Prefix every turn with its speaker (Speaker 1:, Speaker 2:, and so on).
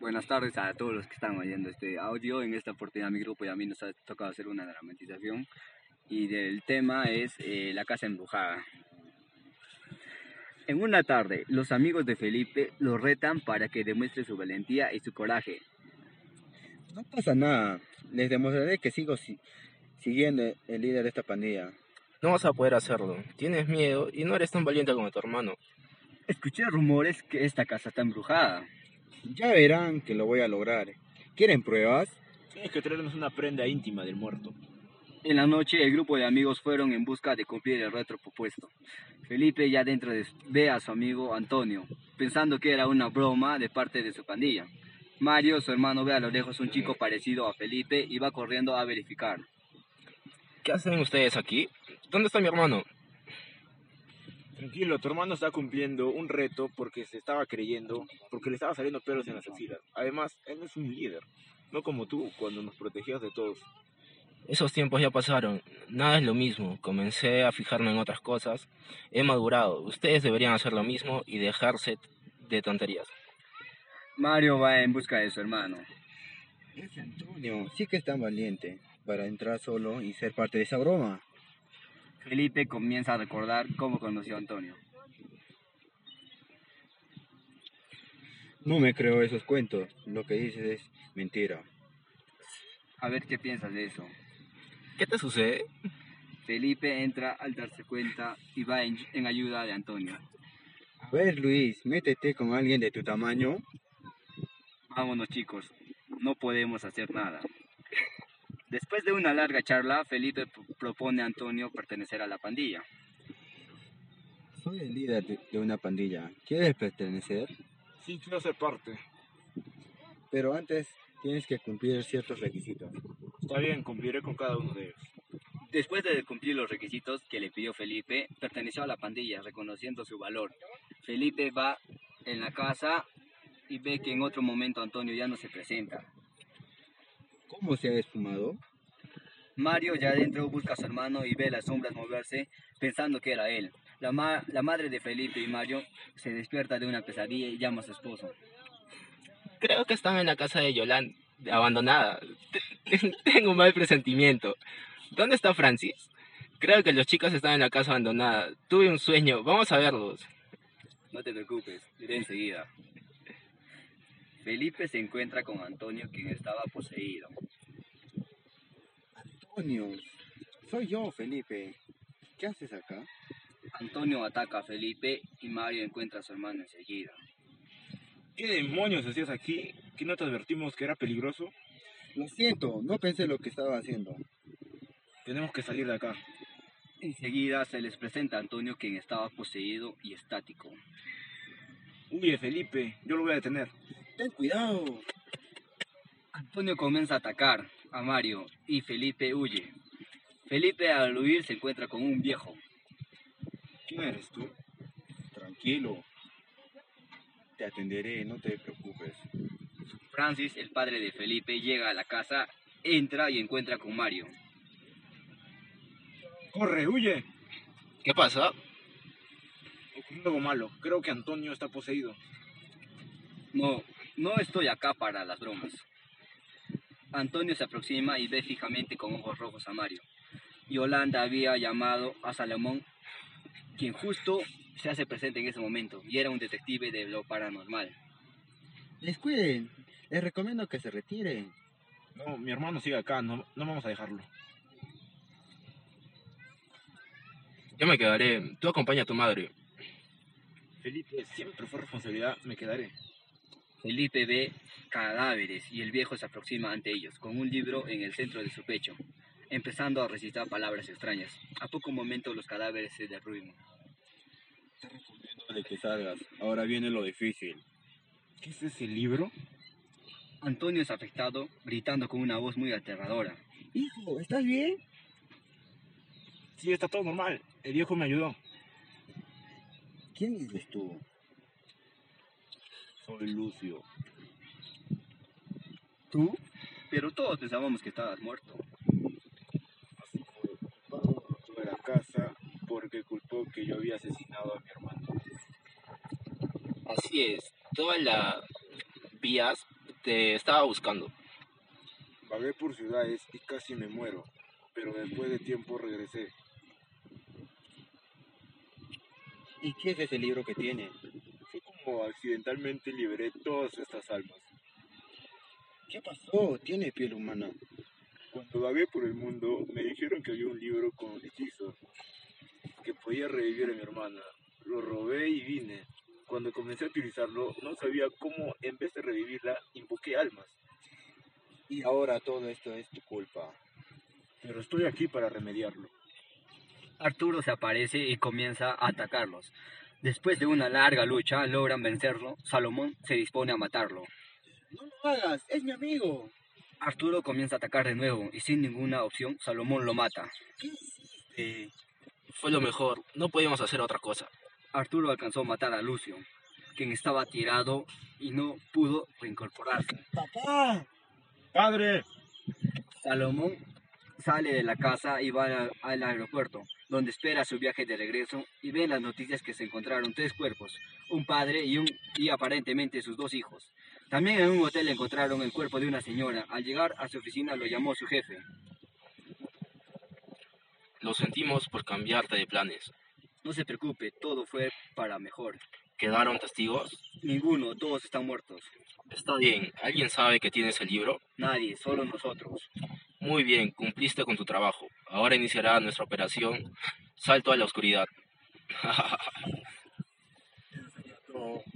Speaker 1: Buenas tardes a todos los que están oyendo este audio. En esta oportunidad mi grupo y a mí nos ha tocado hacer una dramatización y del tema es eh, La casa embrujada. En una tarde, los amigos de Felipe lo retan para que demuestre su valentía y su coraje.
Speaker 2: No pasa nada. Les demostraré que sigo si- siguiendo el líder de esta pandilla.
Speaker 3: No vas a poder hacerlo. Tienes miedo y no eres tan valiente como tu hermano.
Speaker 1: Escuché rumores que esta casa está embrujada.
Speaker 2: Ya verán que lo voy a lograr. ¿Quieren pruebas?
Speaker 4: Tienes que traernos una prenda íntima del muerto.
Speaker 1: En la noche, el grupo de amigos fueron en busca de cumplir el reto propuesto. Felipe ya dentro de- ve a su amigo Antonio, pensando que era una broma de parte de su pandilla. Mario, su hermano, ve a lo lejos un chico parecido a Felipe y va corriendo a verificar.
Speaker 3: ¿Qué hacen ustedes aquí? ¿Dónde está mi hermano?
Speaker 4: Tranquilo, tu hermano está cumpliendo un reto porque se estaba creyendo, porque le estaba saliendo pelos en las axilas. Además, él es un líder, no como tú, cuando nos protegías de todos.
Speaker 3: Esos tiempos ya pasaron. Nada es lo mismo. Comencé a fijarme en otras cosas. He madurado. Ustedes deberían hacer lo mismo y dejarse de tonterías.
Speaker 1: Mario va en busca de su hermano.
Speaker 2: Ese Antonio sí que es tan valiente para entrar solo y ser parte de esa broma.
Speaker 1: Felipe comienza a recordar cómo conoció a Antonio.
Speaker 2: No me creo esos cuentos. Lo que dices es mentira.
Speaker 1: A ver qué piensas de eso.
Speaker 3: ¿Qué te sucede?
Speaker 1: Felipe entra al darse cuenta y va en, en ayuda de Antonio.
Speaker 2: A ver, Luis, métete con alguien de tu tamaño.
Speaker 1: Vámonos chicos, no podemos hacer nada. Después de una larga charla, Felipe p- propone a Antonio pertenecer a la pandilla.
Speaker 2: Soy el líder de- de una pandilla. ¿Quieres pertenecer?
Speaker 4: Sí, quiero ser parte.
Speaker 2: Pero antes tienes que cumplir ciertos requisitos.
Speaker 4: Está bien, cumpliré con cada uno de ellos.
Speaker 1: Después de cumplir los requisitos que le pidió Felipe, perteneció a la pandilla, reconociendo su valor. Felipe va en la casa y ve que en otro momento Antonio ya no se presenta.
Speaker 2: ¿Cómo se ha esfumado?
Speaker 1: Mario ya adentro busca a su hermano y ve las sombras moverse pensando que era él. La, ma- la madre de Felipe y Mario se despierta de una pesadilla y llama a su esposo.
Speaker 3: Creo que están en la casa de Yolanda, abandonada. Tengo un mal presentimiento. ¿Dónde está Francis? Creo que los chicos están en la casa abandonada. Tuve un sueño. Vamos a verlos.
Speaker 1: No te preocupes, iré enseguida. Felipe se encuentra con Antonio quien estaba poseído.
Speaker 2: Antonio, soy yo, Felipe. ¿Qué haces acá?
Speaker 1: Antonio ataca a Felipe y Mario encuentra a su hermano enseguida.
Speaker 4: ¿Qué demonios hacías aquí? ¿Que no te advertimos que era peligroso?
Speaker 2: Lo siento, no pensé lo que estaba haciendo.
Speaker 4: Tenemos que salir de acá.
Speaker 1: Enseguida se les presenta a Antonio quien estaba poseído y estático.
Speaker 4: Huye, Felipe, yo lo voy a detener.
Speaker 2: Ten cuidado.
Speaker 1: Antonio comienza a atacar a Mario y Felipe huye. Felipe al huir se encuentra con un viejo.
Speaker 4: ¿Quién eres tú?
Speaker 2: Tranquilo. Te atenderé, no te preocupes.
Speaker 1: Francis, el padre de Felipe, llega a la casa, entra y encuentra con Mario.
Speaker 4: ¡Corre, huye!
Speaker 3: ¿Qué pasa?
Speaker 4: Ocurrió algo malo. Creo que Antonio está poseído.
Speaker 1: No, no estoy acá para las bromas. Antonio se aproxima y ve fijamente con ojos rojos a Mario. Yolanda había llamado a Salomón, quien justo se hace presente en ese momento, y era un detective de lo paranormal.
Speaker 2: Descuiden. Les recomiendo que se retiren.
Speaker 4: No, mi hermano sigue acá, no, no vamos a dejarlo.
Speaker 3: Yo me quedaré. Tú acompaña a tu madre.
Speaker 4: Felipe, siempre fue responsabilidad, me quedaré.
Speaker 1: Felipe ve cadáveres y el viejo se aproxima ante ellos, con un libro en el centro de su pecho, empezando a recitar palabras extrañas. A poco momento los cadáveres se derruiban.
Speaker 2: De que salgas. Ahora viene lo difícil.
Speaker 4: ¿Qué es ese libro?
Speaker 1: Antonio es afectado, gritando con una voz muy aterradora.
Speaker 2: Hijo, ¿estás bien?
Speaker 4: Sí, está todo normal. El viejo me ayudó.
Speaker 2: ¿Quién eres tú?
Speaker 4: Soy Lucio.
Speaker 1: ¿Tú? Pero todos pensábamos que estabas muerto.
Speaker 4: Así fue. Pablo me botó de la casa porque culpó que yo había asesinado a mi hermano.
Speaker 3: Así es. Todas las vías te estaba buscando.
Speaker 4: Vagué por ciudades y casi me muero, pero después de tiempo regresé.
Speaker 2: ¿Y qué es ese libro que tiene?
Speaker 4: Fue como accidentalmente liberé todas estas almas.
Speaker 2: ¿Qué pasó? Tiene piel humana.
Speaker 4: Cuando vagué por el mundo, me dijeron que había un libro con hechizos que podía revivir a mi hermana. Lo robé y vine. Cuando comencé a utilizarlo, no sabía cómo, en vez de revivirla, invoqué almas.
Speaker 2: Y ahora todo esto es tu culpa.
Speaker 4: Pero estoy aquí para remediarlo.
Speaker 1: Arturo se aparece y comienza a atacarlos. Después de una larga lucha, logran vencerlo. Salomón se dispone a matarlo.
Speaker 2: No lo hagas, es mi amigo.
Speaker 1: Arturo comienza a atacar de nuevo y sin ninguna opción, Salomón lo mata.
Speaker 2: ¿Qué hiciste?
Speaker 3: Fue lo mejor, no podíamos hacer otra cosa.
Speaker 1: Arturo alcanzó a matar a Lucio, quien estaba tirado y no pudo reincorporarse.
Speaker 2: Papá.
Speaker 4: ¡Padre!
Speaker 1: Salomón sale de la casa y va al- al aeropuerto, donde espera su viaje de regreso y ve en las noticias que se encontraron tres cuerpos, un padre y, un, y aparentemente sus dos hijos. También en un hotel encontraron el cuerpo de una señora. Al llegar a su oficina lo llamó su jefe.
Speaker 3: Lo sentimos por cambiarte de planes.
Speaker 1: No se preocupe, todo fue para mejor.
Speaker 3: ¿Quedaron testigos?
Speaker 1: Ninguno, todos están muertos.
Speaker 3: Está bien, ¿alguien sabe que tienes el libro?
Speaker 1: Nadie, solo nosotros.
Speaker 3: Muy bien, cumpliste con tu trabajo. Ahora iniciará nuestra operación Salto a la Oscuridad.
Speaker 2: No.